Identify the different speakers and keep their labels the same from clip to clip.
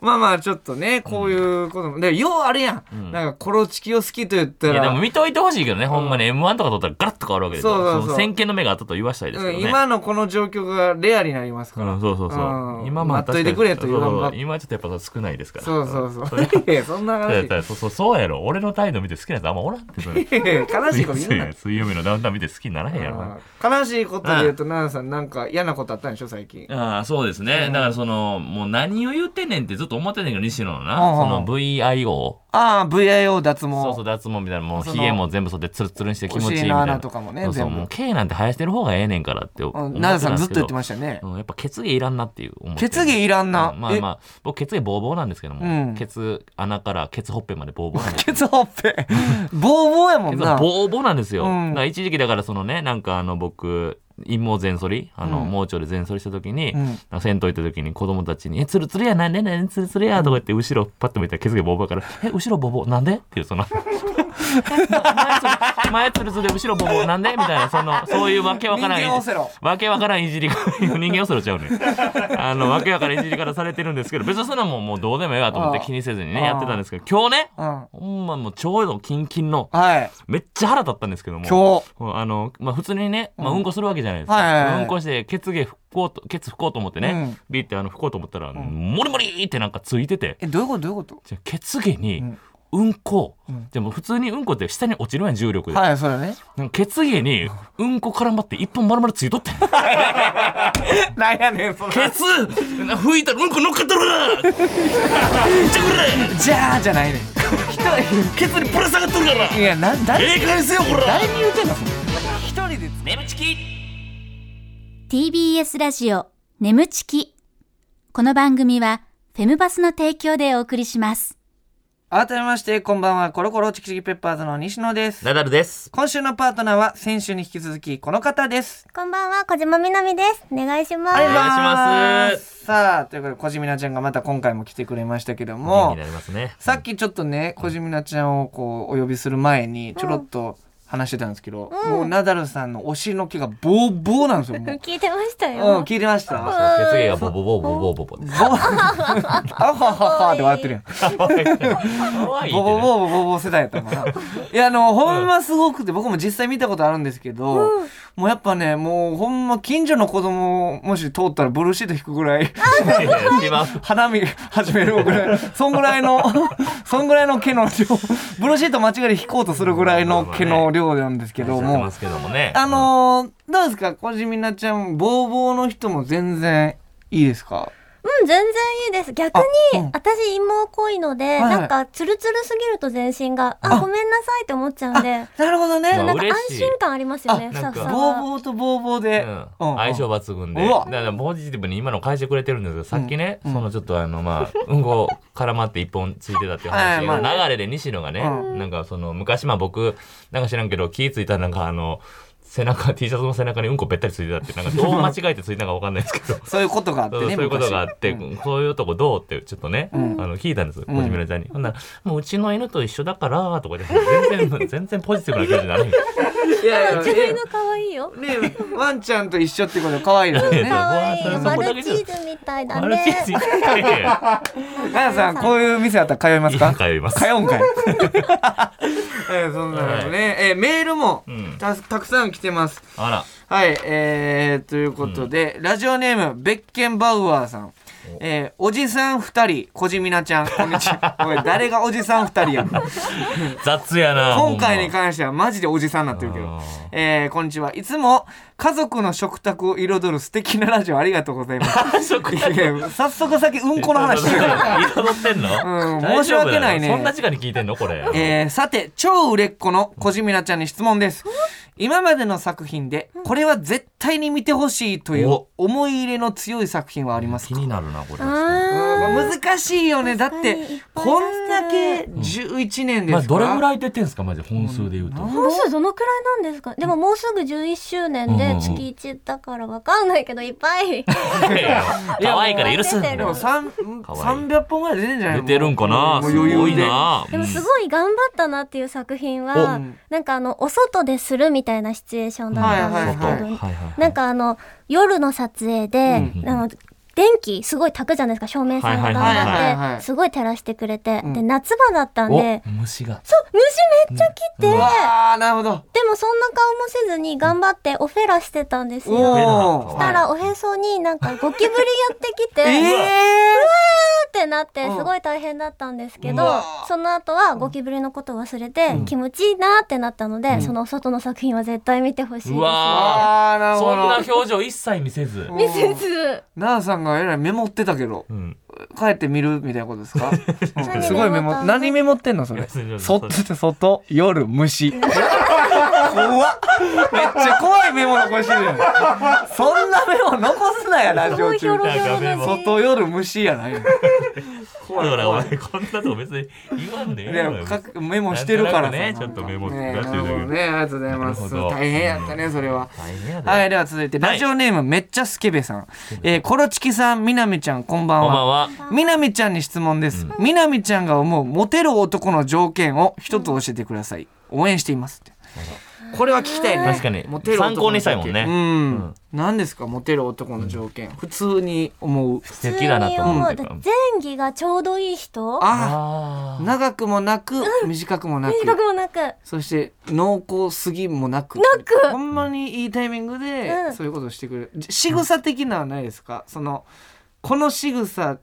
Speaker 1: まあまあちょっとねこういうことも、でようあれやん、なんかコロチキを好きと言った
Speaker 2: いやでも
Speaker 1: ら
Speaker 2: 見といてほしいけどね、ほんまに M1 とか取ったらガラッと変わるわけですよ。
Speaker 1: そうそうそう
Speaker 2: の先見の目があったと言わしたいです
Speaker 1: う
Speaker 2: けど
Speaker 1: ん
Speaker 2: ね。
Speaker 1: 今のこの状況がレアになりますから、
Speaker 2: うん、そうそうそうう。
Speaker 1: ん
Speaker 2: 今まあ
Speaker 1: 待っといてくれと言わんば
Speaker 2: そうそうそう今はちょっとやっぱ少ないですから。
Speaker 1: そうそう そういやいやそんな
Speaker 2: そうや
Speaker 1: 話
Speaker 2: ったらそうそうそうやろ。俺の態度見て好きなやつあんまおらんっ てそれ。
Speaker 1: いやいや悲しいこと言うな
Speaker 2: 水曜日のダウンタウン見て好きにならへんやろ。
Speaker 1: うん悲しいことで言うと奈々さんなんか嫌なことあったんでしょ最近
Speaker 2: ああそうですね、だからそのもう何を言ってんねんってずっと思ってんねんけど西野のな、
Speaker 1: うんうん
Speaker 2: その VIO
Speaker 1: ああ VIO 脱毛
Speaker 2: そうそう脱毛みたいなもう
Speaker 1: そ
Speaker 2: ひ
Speaker 1: の
Speaker 2: げも全部そうでツルツルにして気持ちいい
Speaker 1: お
Speaker 2: みたい
Speaker 1: 尻の
Speaker 2: な
Speaker 1: 穴とかもね
Speaker 2: そうそう
Speaker 1: 全部
Speaker 2: もう毛なんて生やしてる方がええねんからって思
Speaker 1: うん
Speaker 2: ってた
Speaker 1: 奈々
Speaker 2: です
Speaker 1: さんずっと
Speaker 2: けど
Speaker 1: 言ってましたね、
Speaker 2: うん、やっぱ血芸いらんなっていう思ってる
Speaker 1: 血芸いらんな、
Speaker 2: うんまあまあ僕血芸ボーボーなんですけども、
Speaker 1: うん
Speaker 2: ケツ穴からケツほっぺまでボーボーなんで
Speaker 1: え
Speaker 2: す
Speaker 1: ケツ
Speaker 2: よ
Speaker 1: ほっぺ ボーボーやも
Speaker 2: ケ
Speaker 1: ん
Speaker 2: ツは
Speaker 1: な
Speaker 2: ボーボーなんですよ、
Speaker 1: うん
Speaker 2: だから一時期だからそのねなんかあの僕陰毛全剃りあの、
Speaker 1: うん
Speaker 2: 盲腸で全剃りした時に、
Speaker 1: うん
Speaker 2: なんか銭湯行った時に子供たちに「えつるつるやなんでなんでつるつるや」とか言って後ろパッと見たらケツ毛ボーボーやから「え後ろボーボーなんで?」っていうその 前つるつるで後ろボーボーなんでみたいなそのそういうわけわ
Speaker 1: 人
Speaker 2: からん
Speaker 1: 間オセロ
Speaker 2: わけわからんいじりが 人間オセロちゃうねんあのわけわからんいじりからされてるんですけど別にそんなもんもうどうでもええわと思って気にせずに
Speaker 1: ああ
Speaker 2: ねやってたんですけど今日ね
Speaker 1: うん
Speaker 2: ほんまもうちょうどキンキンの
Speaker 1: はい
Speaker 2: めっちゃ腹立ったんですけども
Speaker 1: 今日
Speaker 2: もうあの、まあ、普通にね、まあ、うんこするわけじゃないです
Speaker 1: はいはいは
Speaker 2: か。
Speaker 1: い
Speaker 2: うんこして、ケツ毛拭こうと、ケツ拭こうと思って
Speaker 1: う
Speaker 2: ね
Speaker 1: ん、
Speaker 2: ビーってあの拭こうと思ったら、モリモリってなんかついてて、
Speaker 1: えどういうことどういうこと
Speaker 2: じゃあケツ毛に
Speaker 1: ん、
Speaker 2: うんこ、
Speaker 1: うん
Speaker 2: でも普通にうんこって下に落ちるやん重力で、
Speaker 1: はいそう だね
Speaker 2: なんか血液にうんこ絡まって一本丸々ついとってん
Speaker 1: なんやねんそれ
Speaker 2: ケツ吹いたらうんこ乗っかってるからじゃこ
Speaker 1: じゃあじゃないねん
Speaker 2: れ ケツにぶら下がってるから
Speaker 1: いやな誰
Speaker 2: ええ加減せよこら
Speaker 1: 誰に言うてんのそれ一人で
Speaker 3: TBS ラジオ眠ちきこの番組はフェムバスの提供でお送りします
Speaker 1: 改めましてこんばんはコロコロチキチキペッパーズの西野です
Speaker 2: ナダルです
Speaker 1: 今週のパートナーは先週に引き続きこの方です
Speaker 4: こんばんは、小島みなみです。お願いします。
Speaker 2: い願いします
Speaker 1: さあということで小島なちゃんがまた今回も来てくれましたけど
Speaker 2: 元気
Speaker 1: も
Speaker 2: になりますね
Speaker 1: さっきちょっとね小島なちゃんをこうお呼びする前にちょろっと話してたんですけど、もうナダルさんのお尻の毛がボーボーなんですよもう
Speaker 4: 聞いてました
Speaker 1: うん
Speaker 4: よ。
Speaker 1: 聞いてました
Speaker 2: そ
Speaker 1: ボ
Speaker 2: う血液がボボボボボボボです
Speaker 1: ーあはははって笑ってるやんボボボボボボボ世代やったもんな。いや、あの、ほんますごくて、僕も実際見たことあるんですけど、もうやっぱね、もうほんま近所の子供、もし通ったらブルーシート引くぐらい、
Speaker 2: いやいや一番
Speaker 1: 花見始めるぐらい、そんぐらい の、そんぐらいの毛の量、ブルーシート間違いで引こうとするぐらいの毛の量なんですけど
Speaker 2: やって
Speaker 1: も
Speaker 2: ま、すけどもね
Speaker 1: あのー、どうですか、小島なちゃん、ボーボーの人も全然いいですか
Speaker 4: うん、全然いいです。逆に、
Speaker 1: あうん
Speaker 4: 私、芋濃いので、
Speaker 1: いはい
Speaker 4: なんか、ツルツルすぎると全身が、あ、ごめんなさいって思っちゃうんで、
Speaker 1: なるほど
Speaker 2: ま
Speaker 1: ね。
Speaker 2: あ
Speaker 4: なんか安
Speaker 2: 嬉しい
Speaker 4: 心感ありますよね、
Speaker 1: あ
Speaker 4: ふさふさ
Speaker 2: なんか
Speaker 1: ボー
Speaker 4: が。
Speaker 1: ボーとボーボーで、
Speaker 2: うん、相性抜群で
Speaker 1: うわ
Speaker 2: だからポジティブに今の返してくれてるんですけどさっきね、
Speaker 1: うん
Speaker 2: そのちょっとあのまあうんこ絡まって一本ついてたっていう
Speaker 1: は
Speaker 2: 話
Speaker 1: いま
Speaker 2: の流れで西野がね、
Speaker 1: う
Speaker 2: なんかその昔まあ僕なんか知らんけど気付いたらなんかあの背中 T シャツの背中にうんこべったりついてたってなんかどう間違えてついたのかわかんないですけど
Speaker 1: そういうことがあって
Speaker 2: そう
Speaker 1: ね、
Speaker 2: そういうことがあって、
Speaker 1: 昔
Speaker 2: そういうとこどうってちょっとね、あの聞いたんですよ小島ちゃんに、ほんなら「もううちの犬と一緒だから」とか言って全然全然ポジティブな感じにならへん
Speaker 1: いやいや
Speaker 4: 自分の可愛いよ。
Speaker 1: ねワンちゃんと一緒ってこと可愛いですよね。
Speaker 2: 可
Speaker 4: 可
Speaker 2: 愛
Speaker 4: 愛
Speaker 2: い
Speaker 4: い
Speaker 2: そこ
Speaker 4: マ
Speaker 2: だけ
Speaker 4: ル
Speaker 2: じ
Speaker 4: チ
Speaker 2: ゃ
Speaker 4: ーズみたいだ
Speaker 2: マルチーズ
Speaker 4: ね。
Speaker 2: いって
Speaker 1: なやさん、こういう店あったら通いますか
Speaker 2: 通います
Speaker 1: 通うん かい。えー、そんなのね。えーメールも
Speaker 2: うん
Speaker 1: たたくさん来てます。
Speaker 2: あら
Speaker 1: はい、えー、ということで、ラジオネーム、ベッケンバウアーさん。えー、おじさん二人、小じみなちゃん。こんにちは。おい、誰がおじさん二人やん。
Speaker 2: 雑やな
Speaker 1: 今回に
Speaker 2: ほんま
Speaker 1: 関してはマジでおじさんになってるけ
Speaker 2: あ
Speaker 1: ど
Speaker 2: ー。
Speaker 1: えー、こんにちは。いつも家族の食卓を彩る素敵なラジオありがとうござい ます。
Speaker 2: 食
Speaker 1: いやいや早速先うんこの話してるから。
Speaker 2: 彩ってんの、
Speaker 1: うん
Speaker 2: 大丈夫
Speaker 1: 申し訳ないね
Speaker 2: そんな時間に聞いてんのこれ、
Speaker 1: えー、さて超売れっ子の小島なちゃんに質問です今までの作品でこれは絶対に見てほしいという
Speaker 2: お
Speaker 1: 思い入れの強い作品はあります
Speaker 2: 気
Speaker 1: か
Speaker 2: になるなこれ、
Speaker 4: あ
Speaker 1: うん難しいよねだって
Speaker 4: 確かにいっぱい出
Speaker 1: こんだ
Speaker 4: して
Speaker 1: け11年で
Speaker 2: まあ、
Speaker 1: すか
Speaker 2: どれぐ
Speaker 1: い
Speaker 2: らい出てんすかマジで本数で言うと、
Speaker 4: ー。本数どのくらいなんですかでももうすぐ11周年
Speaker 2: うんうん
Speaker 4: で
Speaker 2: うん
Speaker 4: 月1だからわかんないけどいっぱい。
Speaker 2: いや可愛いから許すんだ
Speaker 4: いや
Speaker 1: で
Speaker 2: よ
Speaker 1: もさん
Speaker 2: かわいい
Speaker 1: 300本ぐらい出てんじゃない
Speaker 2: 出てるんか
Speaker 1: も
Speaker 2: な
Speaker 1: う
Speaker 2: す
Speaker 1: もう
Speaker 2: ご
Speaker 1: 余
Speaker 2: い
Speaker 1: 裕で
Speaker 2: な
Speaker 4: でもす
Speaker 2: い
Speaker 4: ごい頑張ったなっていう作品は、なんかあの、お外でするみたいなシチュエーションだったんですけど、
Speaker 1: はいはい
Speaker 2: はいはい
Speaker 4: なんかあの、夜の撮影で、
Speaker 2: うん
Speaker 4: あの、電気すごい焚くじゃないですか、照明さんが頑
Speaker 2: はいは
Speaker 1: は
Speaker 2: い
Speaker 1: いはい
Speaker 4: 張
Speaker 1: は
Speaker 4: っ
Speaker 1: い
Speaker 4: て、すごい照らしてくれて、
Speaker 1: うん
Speaker 4: で、夏場だったんで、
Speaker 2: お虫が
Speaker 4: そう、虫めっちゃ来て、
Speaker 2: うんう
Speaker 1: あーなるほど
Speaker 4: でもそんな顔もせずに頑張ってオフェラしてたんです
Speaker 1: お
Speaker 4: よ。
Speaker 1: ー
Speaker 4: したらおへそになんかゴキブリやってきて、
Speaker 1: え
Speaker 4: うわー
Speaker 1: え
Speaker 4: ってなって
Speaker 1: うん
Speaker 4: すごい大変だったんですけ
Speaker 1: う
Speaker 4: ど
Speaker 1: わ、
Speaker 4: その後はゴキブリのことを忘れて気持ちいいなってなったので、そのお外の作品は絶対見てほしいです
Speaker 2: うわ
Speaker 1: あーなる
Speaker 2: そ
Speaker 1: ほ
Speaker 2: んな
Speaker 1: ど
Speaker 2: 表情一切見せず、
Speaker 4: ミセス
Speaker 1: なあさんがえらいメモってたけど
Speaker 2: うん、
Speaker 1: 帰って見るみたいなことです か、うん
Speaker 4: 何
Speaker 1: すごいメ
Speaker 4: メモ
Speaker 1: モ
Speaker 4: った
Speaker 1: 何メモってんのそれ外って外夜虫怖っめっちゃ怖いメモ残してるやんそんなメモ残すなやラジオ
Speaker 4: すごい
Speaker 1: 中
Speaker 4: 表情
Speaker 1: 外夜虫やないの怖い
Speaker 2: だからお
Speaker 1: 怖い
Speaker 2: 前こんなとこ別に言わんでいいの
Speaker 1: ね
Speaker 2: よ
Speaker 1: かくメモしてるからさ
Speaker 2: なんとなくねちょっとメモ
Speaker 1: ね
Speaker 2: 出してるだけ
Speaker 1: なるほどねありがとうございます
Speaker 2: なるほど
Speaker 1: 大変やったねそれは
Speaker 2: 大変やで、
Speaker 1: はいでは続いて
Speaker 2: はい
Speaker 1: ラジオネームめっちゃスケベさんえーコロチキさんみなみちゃんこんばん
Speaker 2: こん
Speaker 1: は
Speaker 2: ばんは
Speaker 1: みなみちゃんに質問です。みなみちゃんが思うモテる男の条件を一つ教えてください。応援していますって。これは聞きたいね。
Speaker 2: 確かに
Speaker 1: モテる男の条件
Speaker 2: 参考にしたいもんね
Speaker 1: うん。
Speaker 2: うん
Speaker 1: 何ですかモテる男の条件。普通に思う。
Speaker 2: 素敵だなと思う
Speaker 4: 普
Speaker 2: け
Speaker 4: 通
Speaker 2: ど
Speaker 4: に思う前戯がちょうどいい人
Speaker 1: あ
Speaker 2: あ
Speaker 1: あ、
Speaker 2: ー
Speaker 1: 長くもなく、短くもなく。
Speaker 4: 短くもなく
Speaker 1: そして濃厚すぎもなく。
Speaker 4: く
Speaker 1: ほんまにいいタイミング
Speaker 4: う
Speaker 1: で
Speaker 4: ん
Speaker 1: そういうことをしてくれる。じ仕草的なのはないですかその、この仕草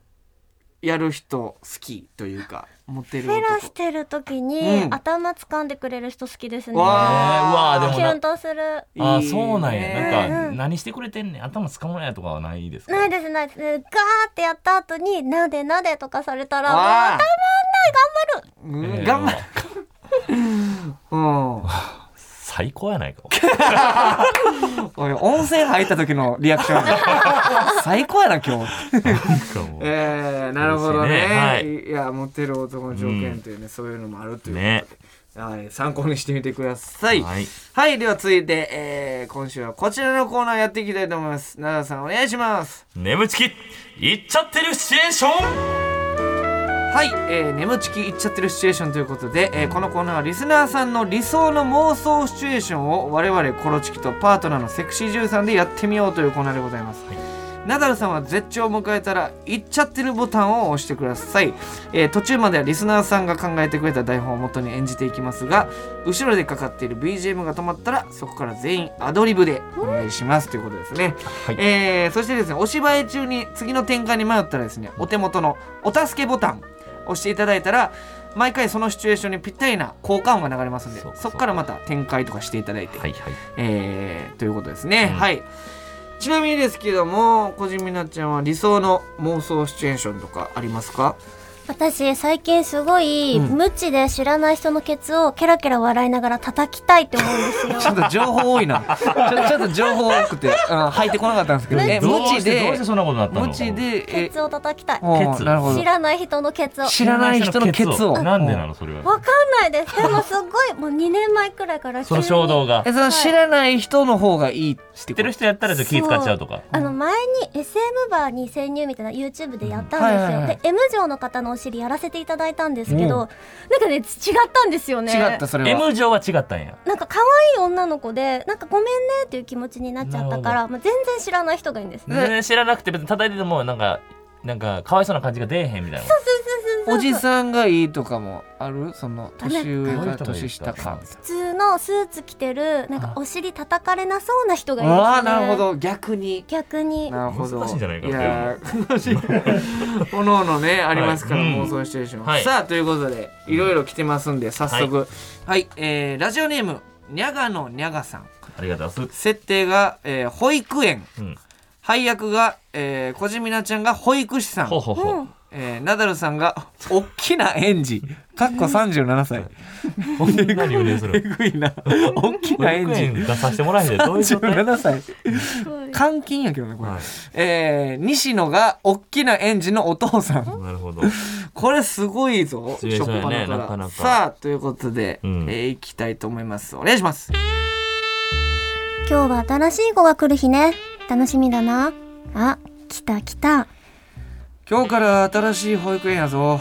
Speaker 1: やる人好きというか。持ってる
Speaker 4: フェ
Speaker 1: 男
Speaker 4: ラしてる時
Speaker 1: う
Speaker 4: に
Speaker 1: ん
Speaker 4: 頭掴んでくれる人好きですね。
Speaker 1: わ
Speaker 2: わあで
Speaker 4: キ
Speaker 2: も
Speaker 4: ュ
Speaker 2: な
Speaker 4: ンとする。
Speaker 2: あーそうなん
Speaker 1: いいね
Speaker 2: やなんか何してくれてんねん頭つかもないとかはないですか
Speaker 4: ないですないです。ガーってやった後になでなでとかされたらもう
Speaker 1: あ
Speaker 4: 頭
Speaker 1: ー
Speaker 2: え
Speaker 1: う
Speaker 2: ー
Speaker 1: ん頑張るうん
Speaker 2: 最高やないか
Speaker 1: おい温泉入った時のリアクションや な最高やな今日
Speaker 2: なんかもう
Speaker 1: えー、なるほどね、
Speaker 2: 嬉しいねはい
Speaker 1: やモテる男の条件というね、そういうのもあるという
Speaker 2: ね
Speaker 1: ことで、はい、参考にしてみてくださいは
Speaker 2: はいい、
Speaker 1: では続いて、えー、今週はこちらのコーナーやっていきたいと思います奈良さんお願いします
Speaker 2: 眠ちきいっちゃってるシチュエーション
Speaker 1: はい、えー、眠ちきいっちゃってるシチュエーションということで、えーこのコーナーはリスナーさんの理想の妄想シチュエーションを我々コロチキとパートナーのセクシージュさんでやってみようというコーナーでございます、ナダルさんは絶頂を迎えたら「行っちゃってる」ボタンを押してください、えー途中まではリスナーさんが考えてくれた台本を元に演じていきますが後ろでかかっている BGM が止まったらそこから全員アドリブでお願いしますということですね、
Speaker 2: はい
Speaker 1: えーそしてですねお芝居中に次の展開に迷ったらですねお手元の「お助け」ボタンを押していただいたら毎回そのシチュエーションにぴったりな効果音が流れますんで
Speaker 2: そうか
Speaker 1: そこからまた展開とかしていただいて
Speaker 2: はいはい
Speaker 1: えーということですね、
Speaker 2: うん
Speaker 1: はいちなみにですけども小島なちゃんは理想の妄想シチュエーションとかありますか
Speaker 4: 私最近すごい、
Speaker 1: うん
Speaker 4: 無知で知らない人のケツをケラケラ笑いながら叩きたいって思うんです よ
Speaker 1: ちょっと情報多いなちょちょっと情報多くて、うん、入ってこなかったんですけどえ
Speaker 2: どう
Speaker 1: 無
Speaker 2: し
Speaker 1: 知
Speaker 2: てどう
Speaker 1: で
Speaker 2: してそんなことになったの
Speaker 1: 無知で
Speaker 4: ケ
Speaker 1: え
Speaker 4: ツを叩きたい
Speaker 1: おー
Speaker 2: ケツ
Speaker 1: なるほど
Speaker 4: 知らない人のケツを
Speaker 1: 知らない人のケツを
Speaker 2: なんでなのそれは
Speaker 4: わかんな いですでもすごいもう2年前くらいから
Speaker 2: その衝動が
Speaker 1: えその知らない人の方がいいって知
Speaker 2: 知ってる人やったらちょっと気使っちゃうとか
Speaker 4: あの前に SM バーに潜入みたいな YouTube でやった
Speaker 1: うん
Speaker 4: ん
Speaker 1: はい
Speaker 4: です
Speaker 1: はいは
Speaker 4: よ
Speaker 1: い
Speaker 4: で M 城の方のお尻やらせていただいたんですけ
Speaker 1: う
Speaker 4: どなんかね違ったんですよね
Speaker 1: 違ったそれは
Speaker 2: M 上は違ったんや
Speaker 4: なんか可愛い女の子でなんかごめんねっていう気持ちになっちゃったから、まあ、全然知らない人がいいんです。
Speaker 2: 全然知らなくて別に叩いててもなんかなんかかわいそうな感じが出えへんみたいな
Speaker 1: おじさんがいいとかもあるその年上
Speaker 2: どういう
Speaker 1: か
Speaker 2: 人がい
Speaker 1: 年
Speaker 2: いです
Speaker 1: 下
Speaker 2: か
Speaker 1: か
Speaker 4: 普通のスーツ着てるなんかお尻叩かれなそうな人がいいです、ね。
Speaker 1: ああーなるほ。ど逆に
Speaker 4: 逆に
Speaker 1: なるほど。
Speaker 2: 難しいんじゃないか
Speaker 1: いや ー、難しい。おのおのね、ありますから、
Speaker 2: うん
Speaker 1: 妄想シチュエーション。
Speaker 2: はい
Speaker 1: さあ、ということで、いろいろ来てますんで、早速。はい、えーラジオネーム、にゃがのにゃがさん。
Speaker 2: ありがとうございます
Speaker 1: 設定が、えー保育園。
Speaker 2: うん
Speaker 1: 配役が、えー、小島なちゃんが保育士さん
Speaker 2: ほう。ほうほう
Speaker 1: えーナダルさんが、おっきな園児。かっこ37歳。
Speaker 2: こんなに売れ す
Speaker 1: え
Speaker 2: る
Speaker 1: ぐいな。おっきな園
Speaker 2: 500円
Speaker 1: 児。
Speaker 2: 出させてもらえへんでどういう状態
Speaker 1: 37歳。
Speaker 4: ごい
Speaker 1: 監禁やけどね、これ。
Speaker 2: はい
Speaker 1: えー西野が、おっきな園児のお父さん。
Speaker 2: なるほど
Speaker 1: これすごいぞ。
Speaker 2: シチュエーションやね
Speaker 1: 初っ端
Speaker 2: なかなか
Speaker 1: さあ、ということで、
Speaker 2: うん
Speaker 1: えーいきたいと思います。お願いします。
Speaker 4: 今日は新しい子が来る日ね。楽しみだな。あ、来た来た。
Speaker 1: 今日から新しい保育園やぞ。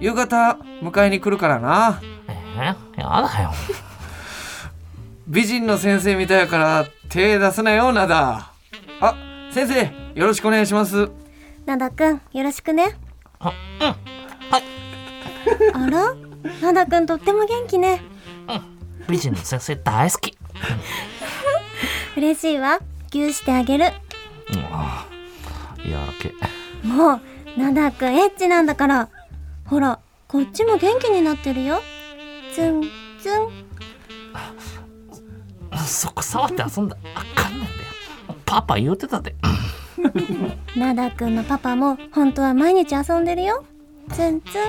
Speaker 1: 夕方、迎えに来るからな。
Speaker 2: えーやだよ
Speaker 1: 美人の先生みたいやから、手出すなよ、なだ。あ、先生、よろしくお願いします。
Speaker 4: なんだくん、よろしくね。
Speaker 2: あ
Speaker 4: うん。 はい。あらなんだくんとっても元気ね。
Speaker 2: 美人の先生大好き
Speaker 4: 嬉しいわ。ぎゅうしてあげる。
Speaker 2: うんあー柔らけ
Speaker 4: もう、なんだくん、エッチなんだから。ほら、こっちも元気になってるよ。ツン、ツン。
Speaker 2: そこ触って遊んだらあかんなんだよパパ言うてたで
Speaker 4: なんだくんのパパも、本当は毎日遊んでるよ。ツン、ツン。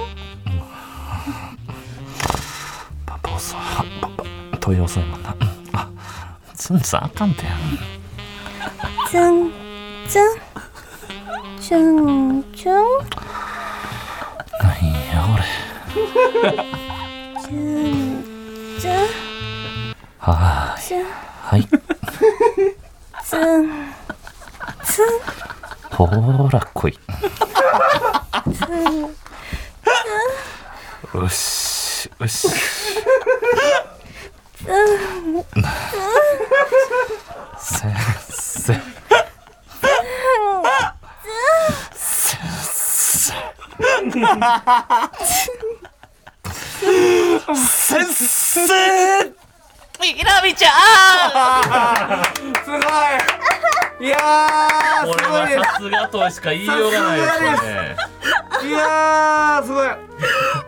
Speaker 2: パパ遅いパパ問い遅いもんなあつんさんあかんて
Speaker 4: ツン、ツン。チュン、チュ
Speaker 2: な
Speaker 4: ン。
Speaker 2: んや俺
Speaker 4: チュン、チュン。
Speaker 2: は
Speaker 4: チュン、
Speaker 2: いはい
Speaker 4: ツン。ツン。
Speaker 2: ほーら来いよしよし先生
Speaker 1: 先生みなみちゃんすごいいやー、
Speaker 2: これ
Speaker 1: すごい
Speaker 2: は
Speaker 1: です。
Speaker 2: さすがとしか言いようがないですね
Speaker 1: いやーすごい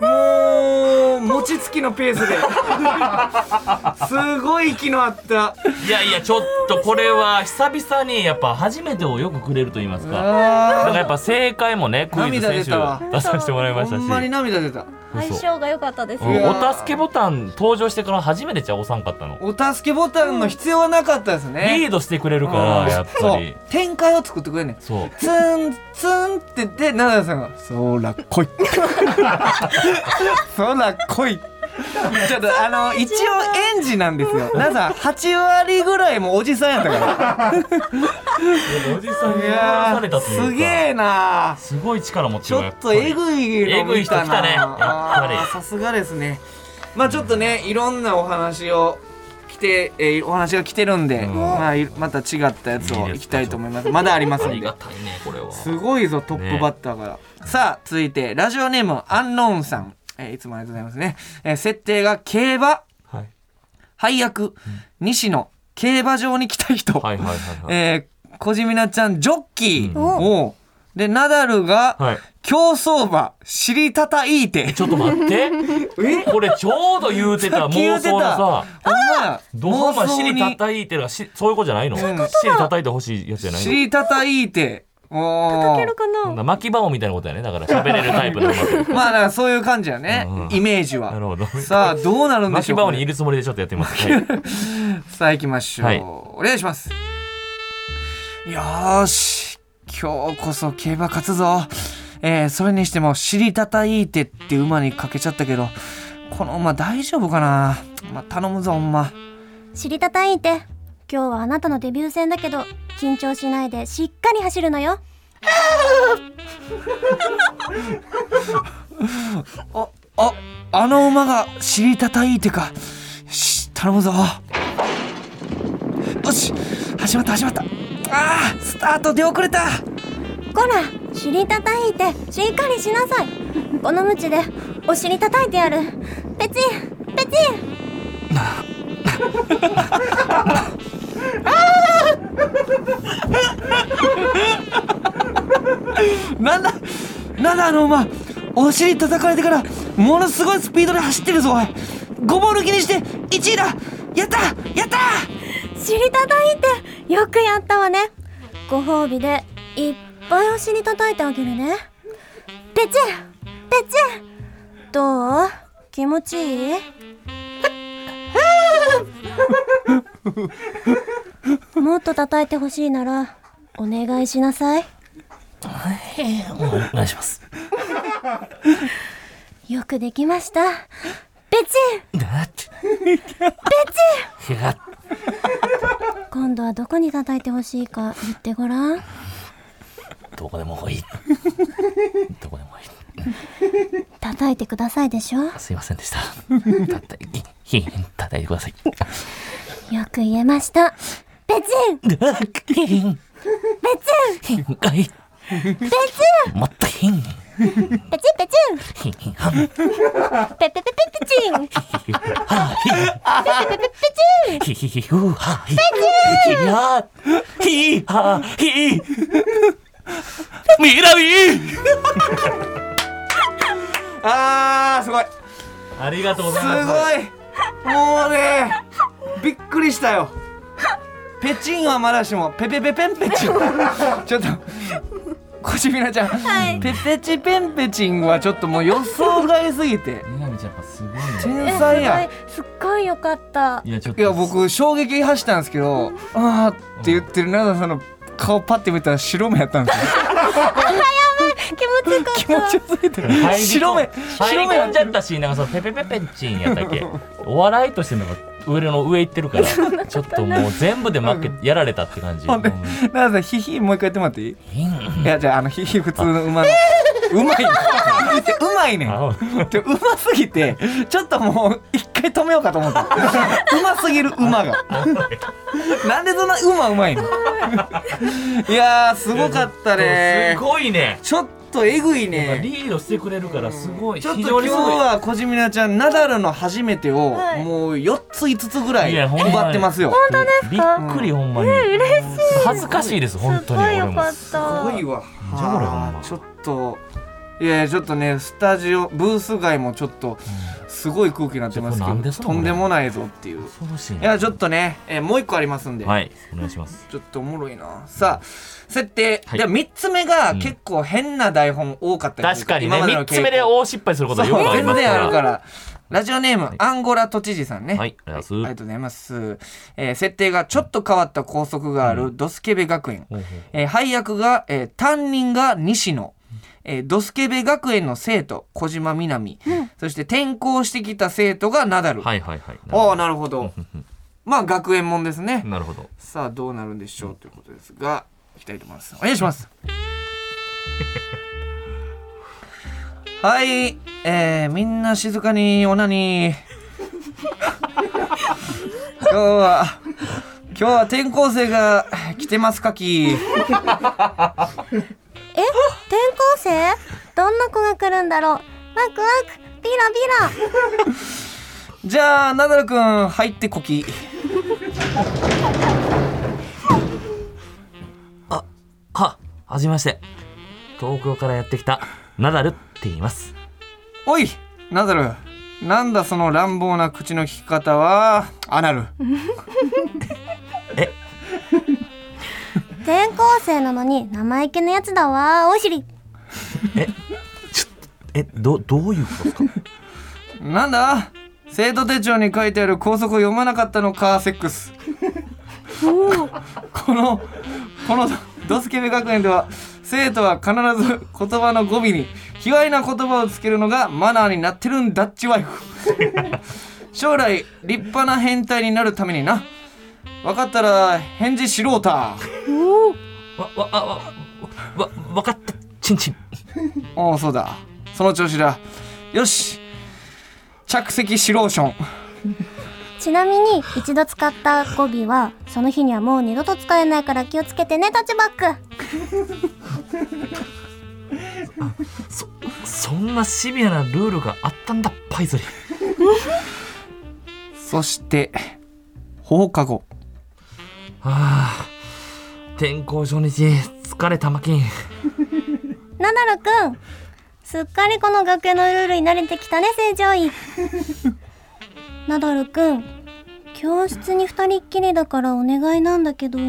Speaker 1: もう餅つきのペースですごい息の合った
Speaker 2: いやいやちょっとこれは久々にやっぱ初めてをよくくれると言いますかだから
Speaker 1: あ
Speaker 2: やっぱ正解もねクイズ選手
Speaker 1: 涙出
Speaker 2: 出
Speaker 1: たわ
Speaker 2: させてもらいま
Speaker 1: ー
Speaker 2: し
Speaker 1: ほ
Speaker 2: た
Speaker 1: んまに
Speaker 2: し
Speaker 1: 涙出た
Speaker 4: 相性が良かったです
Speaker 2: うん
Speaker 4: ね。
Speaker 2: お助けボタン登場してから初めてじゃ押さんかったの
Speaker 1: お助けボタンの必要はなかったです
Speaker 2: リ
Speaker 1: ね
Speaker 2: ードしてくれるからやっ
Speaker 1: そ
Speaker 2: ぱり
Speaker 1: う展開を作ってくれんねん
Speaker 2: そう
Speaker 1: ツンツンって言って奈々さんが「そら来 い」「そら来い」ちょっとあの一応園児なんですよ奈々さん8割ぐらいもうおじさんやったから
Speaker 2: おじさんに
Speaker 1: い
Speaker 2: 踊らされたというか
Speaker 1: すげえな
Speaker 2: すごい力持って
Speaker 1: ち
Speaker 2: る
Speaker 1: ょ
Speaker 2: わや
Speaker 1: っ
Speaker 2: ぱ
Speaker 1: と
Speaker 2: り
Speaker 1: えぐいの見たな
Speaker 2: えぐい人来たねやっぱり
Speaker 1: あーさすがですねまあちょっとねいろんなお話を来て、えーお話が来てるんで、
Speaker 2: ん
Speaker 1: まあいまた違ったやつを
Speaker 2: いいですか
Speaker 1: いきたいと思いますまだあります
Speaker 2: あ
Speaker 1: ん
Speaker 2: り
Speaker 1: で
Speaker 2: がたいねこれは
Speaker 1: すごいぞトップバッターから、さあ続いてラジオネームアンノーンさん、えーいつもありがとうございますね、えー設定が競馬
Speaker 2: はい
Speaker 1: 配役、西野競馬場に来た人、
Speaker 2: はいはいはいはい
Speaker 1: えー、小島なちゃんジョッキー、
Speaker 2: うん
Speaker 1: おうでナダルが、
Speaker 2: はい
Speaker 1: 競走馬尻たたいて
Speaker 2: ちょっと待って これちょうど言うてた
Speaker 1: さっき言
Speaker 2: 妄
Speaker 1: うてた
Speaker 2: 想のさ
Speaker 1: ほんま
Speaker 2: どこま
Speaker 1: 妄
Speaker 2: で
Speaker 1: 想
Speaker 2: 尻
Speaker 1: に
Speaker 2: 叩いてるかしそういうことじゃないの
Speaker 1: そういうこ
Speaker 2: 尻叩いてほしいやつじゃないの
Speaker 1: 尻たたいておー
Speaker 4: 叩けるか
Speaker 2: そんな
Speaker 4: な。
Speaker 2: 巻き場王みたいなことやねだから喋れるタイプの巻き
Speaker 1: まあだからそういう感じやね、
Speaker 2: うん
Speaker 1: イメージ
Speaker 2: な
Speaker 1: は
Speaker 2: るほど
Speaker 1: さあどうなるんでし
Speaker 2: 巻き
Speaker 1: ょう
Speaker 2: 場
Speaker 1: か
Speaker 2: 王に
Speaker 1: ね
Speaker 2: いるつもりでちょっとやってみますはい
Speaker 1: さあ行きましょう、
Speaker 2: はい
Speaker 1: お願いしますよーし今日こそ競馬勝つぞえー、それにしても「尻たたいて」って馬にかけちゃったけどこの馬大丈夫かな、まあ、頼むぞほんま
Speaker 4: 知りたたいて。今日はあなたのデビュー戦だけど、緊張しないでしっかり走るのよ。
Speaker 1: あああの馬が尻たたいてかし頼むぞよし始まった始まったあースタート出遅れた
Speaker 4: こら、尻叩いて、しっかりしなさい。このムチで、お尻叩いてやる。ペチン、ペチン。
Speaker 1: なんだなんだあの馬お尻叩かれてからものすごいスピードで走ってるぞおいごぼう抜きにして1位だやったやった
Speaker 4: 尻叩いて、よくやったわね。ご褒美で、いっぱいお尻叩いてあげるね。ペチン、ペチン。どう気持ちいいもっと叩いてほしいなら、お願いしなさい。
Speaker 2: お願いします
Speaker 4: よくできました。ペチン
Speaker 2: だってペチいや
Speaker 4: 今度はどこに叩いてほしいか言ってごらん
Speaker 2: どこでもいいどこでもいい
Speaker 4: 叩いてくださいでしょよ
Speaker 2: すいませんでした叩いひひ叩いてください
Speaker 4: く言えましたペチン
Speaker 2: ガッヒン
Speaker 4: ペチン
Speaker 2: ヒンガイ
Speaker 4: ペチ
Speaker 2: もっとヒン
Speaker 4: ンペチンペチン
Speaker 2: ヒンハン
Speaker 4: ペペペペペチンペ
Speaker 2: ハ
Speaker 4: ペペペチン
Speaker 2: ヒヒヒヒフハヒヒハヒハヒミラビ
Speaker 1: あーすごい
Speaker 2: ありがとうございます
Speaker 1: すごいもうねびっくりしたよペチンはまだしもペペペペンペチンちょっとこしみなちゃん、ペペチペンペチンはちょっともう予想外すぎて
Speaker 2: みなみちゃんやっぱすごいね
Speaker 1: 天才やん
Speaker 4: すっごいよかった
Speaker 2: いやちょっ
Speaker 1: い
Speaker 2: と
Speaker 1: や僕衝撃走ったんですけど「あー」って言ってる奈々さんの顔パッて見たら白目やったんですよ
Speaker 4: 気持ちよかった
Speaker 1: 気持ちよすぎて
Speaker 2: 入り込ん
Speaker 1: 白目
Speaker 2: 入り
Speaker 1: 白目
Speaker 2: 込
Speaker 1: や
Speaker 2: ん
Speaker 1: っ
Speaker 2: じ
Speaker 1: た
Speaker 2: ゃったしなんかそのペペペペンチンやったっけお笑いとしての上の上行ってるから ちょっともう全部で負けやられたって感じ
Speaker 1: ほんで
Speaker 2: うん
Speaker 1: 奈々さんヒヒもう一回やってもらっていい
Speaker 2: ヒン
Speaker 1: いやじゃああのヒヒ普通の馬 のうまいうまいねん
Speaker 2: あ
Speaker 1: でうますぎてちょっともう一回止めようかと思 ったうますぎる馬が なんでそんな馬うまいのいやーすごかったね
Speaker 2: すごいね
Speaker 1: ちょっとえぐい
Speaker 2: やっぱ
Speaker 1: ね
Speaker 2: リードしてくれるからすごい
Speaker 1: ちょっと
Speaker 2: 非
Speaker 1: 今
Speaker 2: 常
Speaker 1: 日
Speaker 2: にすごい
Speaker 1: は小島なちゃんナダルの初めてを
Speaker 4: はい
Speaker 1: もう4つ5つぐらい
Speaker 2: いやほんまに
Speaker 1: 奪ってますよ
Speaker 2: びっくりほんまに
Speaker 4: 嬉しい
Speaker 2: 恥ずかしいです本
Speaker 4: す
Speaker 2: 当
Speaker 4: っ
Speaker 2: に
Speaker 4: ごい
Speaker 2: 俺
Speaker 4: よ
Speaker 2: も
Speaker 4: かった
Speaker 1: わ
Speaker 4: い
Speaker 1: は
Speaker 2: じゃあこれほんま
Speaker 1: あちょっといやいやちょっとねスタジオブース外もちょっとすごい空気になってますけ
Speaker 2: ちょっとなん
Speaker 1: ど
Speaker 2: ですか
Speaker 1: とんでもないぞっていう
Speaker 2: 恐ろしい
Speaker 1: いやちょっとね、えーもう一個ありますんで、
Speaker 2: はいお願いします
Speaker 1: ちょっとおもろいなさあ設定、
Speaker 2: はい
Speaker 1: で3つ目が
Speaker 2: うん
Speaker 1: 結構変な台本多かったり
Speaker 2: 確かに
Speaker 1: 今
Speaker 2: ね
Speaker 1: までの
Speaker 2: 3
Speaker 1: 傾向
Speaker 2: つ目で大失敗することはよくあり
Speaker 1: 全
Speaker 2: ますか
Speaker 1: 然あるかららラジオネーム、アンゴラ都知事さんね
Speaker 2: はいありがとう
Speaker 1: あり
Speaker 2: ござい
Speaker 1: がとうございます、えー設定がちょっと変わった校則があるドスケベ学園、
Speaker 2: ます
Speaker 1: えー配役が、えー担任が西野、えードスケベ学園の生徒小島みなみ、そして転校してきた生徒がナダル、
Speaker 2: はいはいはい
Speaker 1: ああなるほどまあ学園もんですね、
Speaker 2: なるほど
Speaker 1: さあどうなるんでしょうということですがいきたいと思いますお願いします はいえー、みんな静かにオナ ニー今日は今日は転校生が来てますかき
Speaker 4: え転校生どんな子が来るんだろうワクワクビラビラ
Speaker 1: じゃあナダルくん入ってこき
Speaker 2: ははじめまして東京からやってきたナダルって言います
Speaker 1: おいナダルなんだその乱暴な口の利き方はアナル
Speaker 4: 転校生なのに生意気なやつだわおしり
Speaker 2: えどどういうこと ですか
Speaker 1: なんだ生徒手帳に書いてある校則を読まなかったのかセックスこのこのドスケベ学園では生徒は必ず言葉の語尾に卑猥な言葉をつけるのがマナーになってるんだっちワイフ将来立派な変態になるためにな分かったら返事しろうた
Speaker 2: わわわわわわかったチンチン
Speaker 1: おおそうだその調子だよし着席しローション
Speaker 4: ちなみに一度使った語尾はその日にはもう二度と使えないから気をつけてねタッチバック
Speaker 2: そそんなシビアなルールがあったんだパイズリ
Speaker 1: そして放課後
Speaker 2: はあ転校初日疲れたまきん
Speaker 4: ナダルくんすっかりこの学園のルールに慣れてきたね正常位 ナダルくん教室に二人っきりだからお願いなんだけど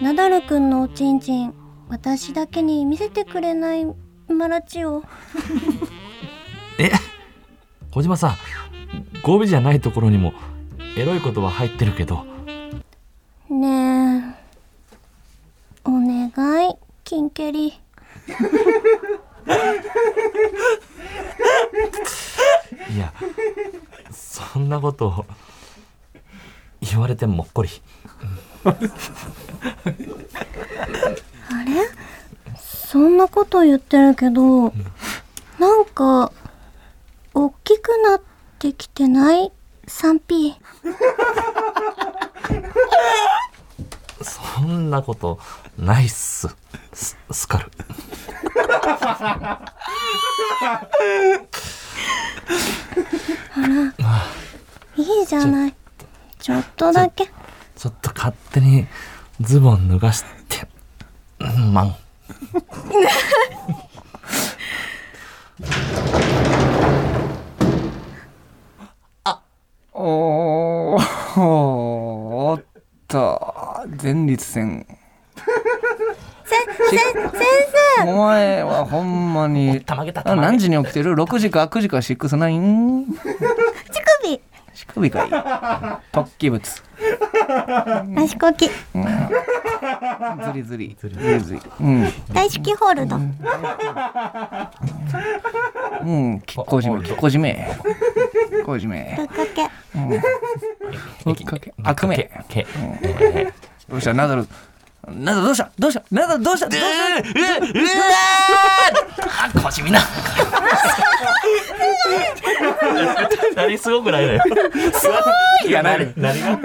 Speaker 4: ナダルくんのおちんちん私だけに見せてくれないマラチオ
Speaker 2: え小島さん語尾じゃないところにもエロいことは入ってるけど
Speaker 4: ねえお願いキンケリ
Speaker 2: いやそんなこと言われてもっこり
Speaker 4: そんなこと言ってるけどなんか大きくなってきてない 3P
Speaker 2: そんなことないっすススカル
Speaker 4: いいじゃないちょっとだけ
Speaker 2: ちょっと勝手にズボン脱がしてうんまん
Speaker 1: おーおーおっと前立腺
Speaker 4: せせ先
Speaker 1: お前はほんまに
Speaker 2: たまげた
Speaker 1: あ
Speaker 2: たま
Speaker 1: 何
Speaker 2: げ
Speaker 1: 時に起きてる ?6 時か9時か6ナイン
Speaker 4: 生乳首
Speaker 1: 乳首かい突起物
Speaker 4: 足こき
Speaker 1: ズリズリズリズリうん
Speaker 4: 大好きホールド
Speaker 1: うんきっこじめきっこじめきっこじ
Speaker 4: ぶ
Speaker 1: め
Speaker 4: っかけ
Speaker 1: ふっかけ悪名
Speaker 2: け
Speaker 1: どうしたナダルナダルどうしたどうしたナダルどうしたどうした
Speaker 2: あこじみな何すごくないのよ
Speaker 1: いやなる
Speaker 2: 何が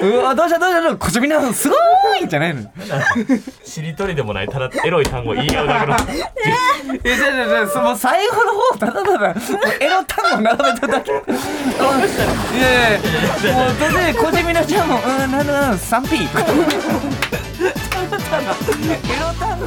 Speaker 1: うわどうしたどうしたどうしたこじみなすごーいじゃないの
Speaker 2: しりとりでもないただエロい単語言い合うだけの
Speaker 1: え、じゃあじゃあじゃあその最後の方ただただエロ単語並べただけ。いやいやもう途中で小じみのちゃんもうんなんだなんだ三 P。ただただエロ単語。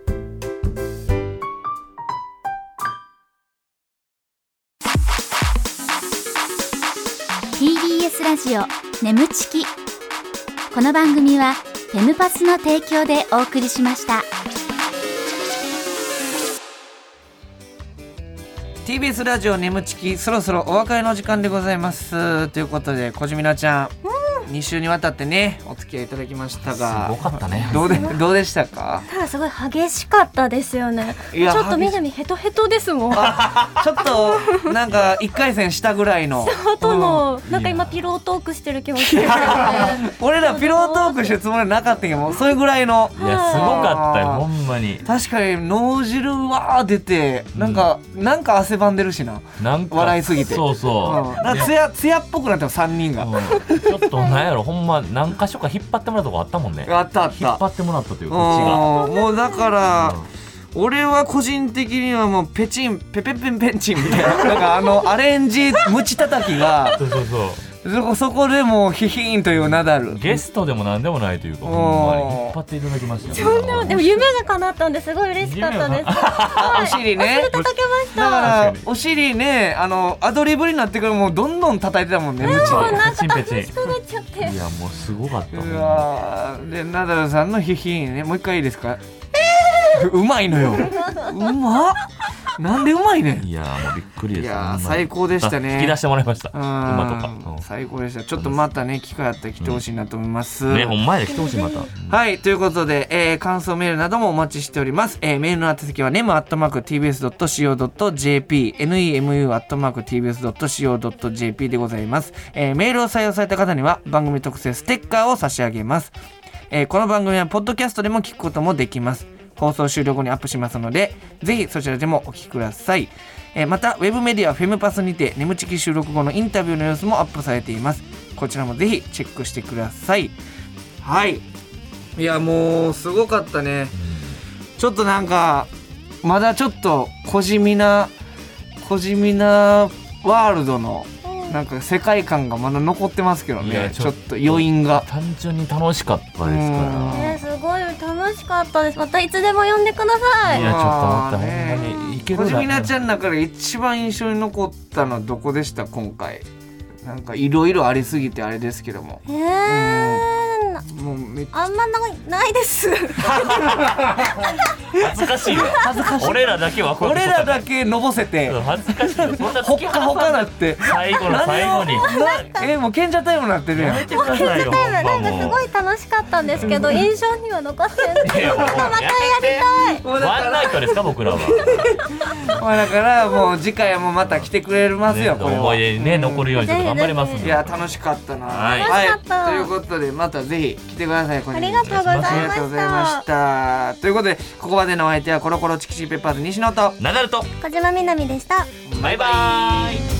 Speaker 3: ー TBS ラジオ眠ちきこの番組はフェムパスの提供でお送りしました
Speaker 1: TBS ラジオ眠ちきそろそろお別れの時間でございますということで小島ちゃん、二2週にわたってねお付き合いいただきましたが
Speaker 2: すごかったね
Speaker 1: どうでどうでしたか
Speaker 4: ただすごい激しかったですよね
Speaker 1: い
Speaker 4: ち
Speaker 1: や
Speaker 4: ょっと
Speaker 1: 激し
Speaker 4: みなみヘトヘトですもん
Speaker 1: ちょっとなんか1回戦したぐらいの
Speaker 4: 後のなんか今ピロートークしてる気持ちですね
Speaker 1: 俺らピロートークしてるつもりはなかったけどもうそれぐらいの
Speaker 2: いやすごかったよほんまに
Speaker 1: 確かに脳汁わー出てなんか、なんか汗ばんでるしな、
Speaker 2: なんか
Speaker 1: 笑いすぎて
Speaker 2: そう
Speaker 1: う
Speaker 2: そ
Speaker 1: ん、
Speaker 2: う
Speaker 1: なんかつやつやっぽくなっても3人が、
Speaker 2: うんちょっとなんやろほんま何箇所か引っ張ってもらったとこあったもんね
Speaker 1: あったあっ
Speaker 2: 引った張ってもらったという
Speaker 1: うん
Speaker 2: かうちが
Speaker 1: もうだから、俺は個人的にはもうペチンペペペンペンチンみたい ななんかあのアレンジムチ叩きが
Speaker 2: そうそうそう
Speaker 1: そこそこでもうヒヒーンというナダル
Speaker 2: ゲストでも何でもないというか、
Speaker 1: ん
Speaker 2: ほんまに引っ張っていただきましたよ。
Speaker 4: とんでもでも夢が叶ったんですごい嬉しかったです
Speaker 2: 夢が
Speaker 1: あお尻ね
Speaker 4: 叩けまし
Speaker 1: だ
Speaker 4: た
Speaker 1: から
Speaker 2: 確かに
Speaker 1: お尻ねあのアドリブになってからもうどんどん叩いてたもんねムチ
Speaker 2: も
Speaker 1: で。
Speaker 4: なんか楽
Speaker 2: ペチンペチ
Speaker 4: しくなっちゃって
Speaker 2: いや、もうすごかった。ほん
Speaker 1: う
Speaker 2: ま
Speaker 1: わーでナダルさんのヒヒーンねもう一回いいですか、うまいのようまっなんでうまいねん
Speaker 2: にいや、もうびっくりです。
Speaker 1: いやー
Speaker 2: ほんまに
Speaker 1: 最高でしたね
Speaker 2: あ引き出してもらいました。
Speaker 1: うん
Speaker 2: 馬とか。うん
Speaker 1: 最高でしたちょっとまたね機会あったら来てほしいなと思います、
Speaker 2: ね、ほんまやで来てほしい、また。
Speaker 1: はい、ということで、えー感想メールなどもお待ちしております。えーメールの宛先は nemu.tbs.co.jp、nemu.tbs.co.jp でございます、えーメールを採用された方には番組特製ステッカーを差し上げます。えーこの番組はポッドキャストでも聞くこともできます。放送終了後にアップしますので、ぜひそちらでもお聞きください。えーまた、ウェブメディアフェムパスにて、眠ちき収録後のインタビューの様子もアップされています。こちらもぜひチェックしてください。はい。いやもうすごかったね、ちょっとなんかまだちょっと小地味な小地味なワールドのなんか世界観がまだ残ってますけど
Speaker 2: いや
Speaker 1: ねち
Speaker 2: ち
Speaker 1: ょ
Speaker 2: ょ
Speaker 1: っ
Speaker 2: っ
Speaker 1: と余韻が
Speaker 2: 単純に楽しかったですか
Speaker 1: うん
Speaker 2: ら。
Speaker 4: ねすごい楽しかったですまたいつでも呼んでくださ
Speaker 2: い
Speaker 4: い
Speaker 2: や、ちょっと
Speaker 1: まあ
Speaker 2: 待った、
Speaker 1: ね
Speaker 2: ほんまに。いけ
Speaker 1: 小
Speaker 2: る
Speaker 1: 地味なち
Speaker 2: ゃ
Speaker 1: ゃんの中で一番印象に残ったのはどこでした今回なんかいろいろありすぎてあれですけども
Speaker 4: えーな
Speaker 1: もうめっちゃ
Speaker 4: あんまないないです
Speaker 2: 恥ずかしいよ。恥ずかしい。俺らだけはこ
Speaker 1: 俺らだけのぼせて
Speaker 2: 恥ずかしいよ。そんな
Speaker 1: ほ
Speaker 2: 突
Speaker 1: っ
Speaker 2: き
Speaker 1: かほ
Speaker 2: 放
Speaker 1: か
Speaker 2: さ
Speaker 1: だっ
Speaker 2: ない。
Speaker 1: て
Speaker 2: 最後の最後に。
Speaker 1: なえもう賢者タイムになってるやん
Speaker 2: やめてくださいよ。ほ
Speaker 4: なん
Speaker 2: ん
Speaker 4: か
Speaker 2: ますも
Speaker 4: ごい楽しかったんですけど印象には残ってる
Speaker 2: う。いやもうやめて
Speaker 1: もうだから
Speaker 2: ワンナイトですか、僕らは。
Speaker 1: まあだからもう次回もまた来てくれますよ、
Speaker 2: ね
Speaker 1: これは
Speaker 2: 思い出にね、残るようにちょっと頑張りますんで
Speaker 1: いや楽しかったな
Speaker 2: はい
Speaker 4: 楽しかった
Speaker 1: ということでまたぜひ来てくださいこ
Speaker 4: ありがとうございま
Speaker 1: ありが
Speaker 4: し
Speaker 1: とうございま
Speaker 4: た
Speaker 1: したということでここまでのお相手はコロコロチキチキペッパーズ西野と
Speaker 2: ナダルと
Speaker 4: 小島みなみでした
Speaker 2: バイバイ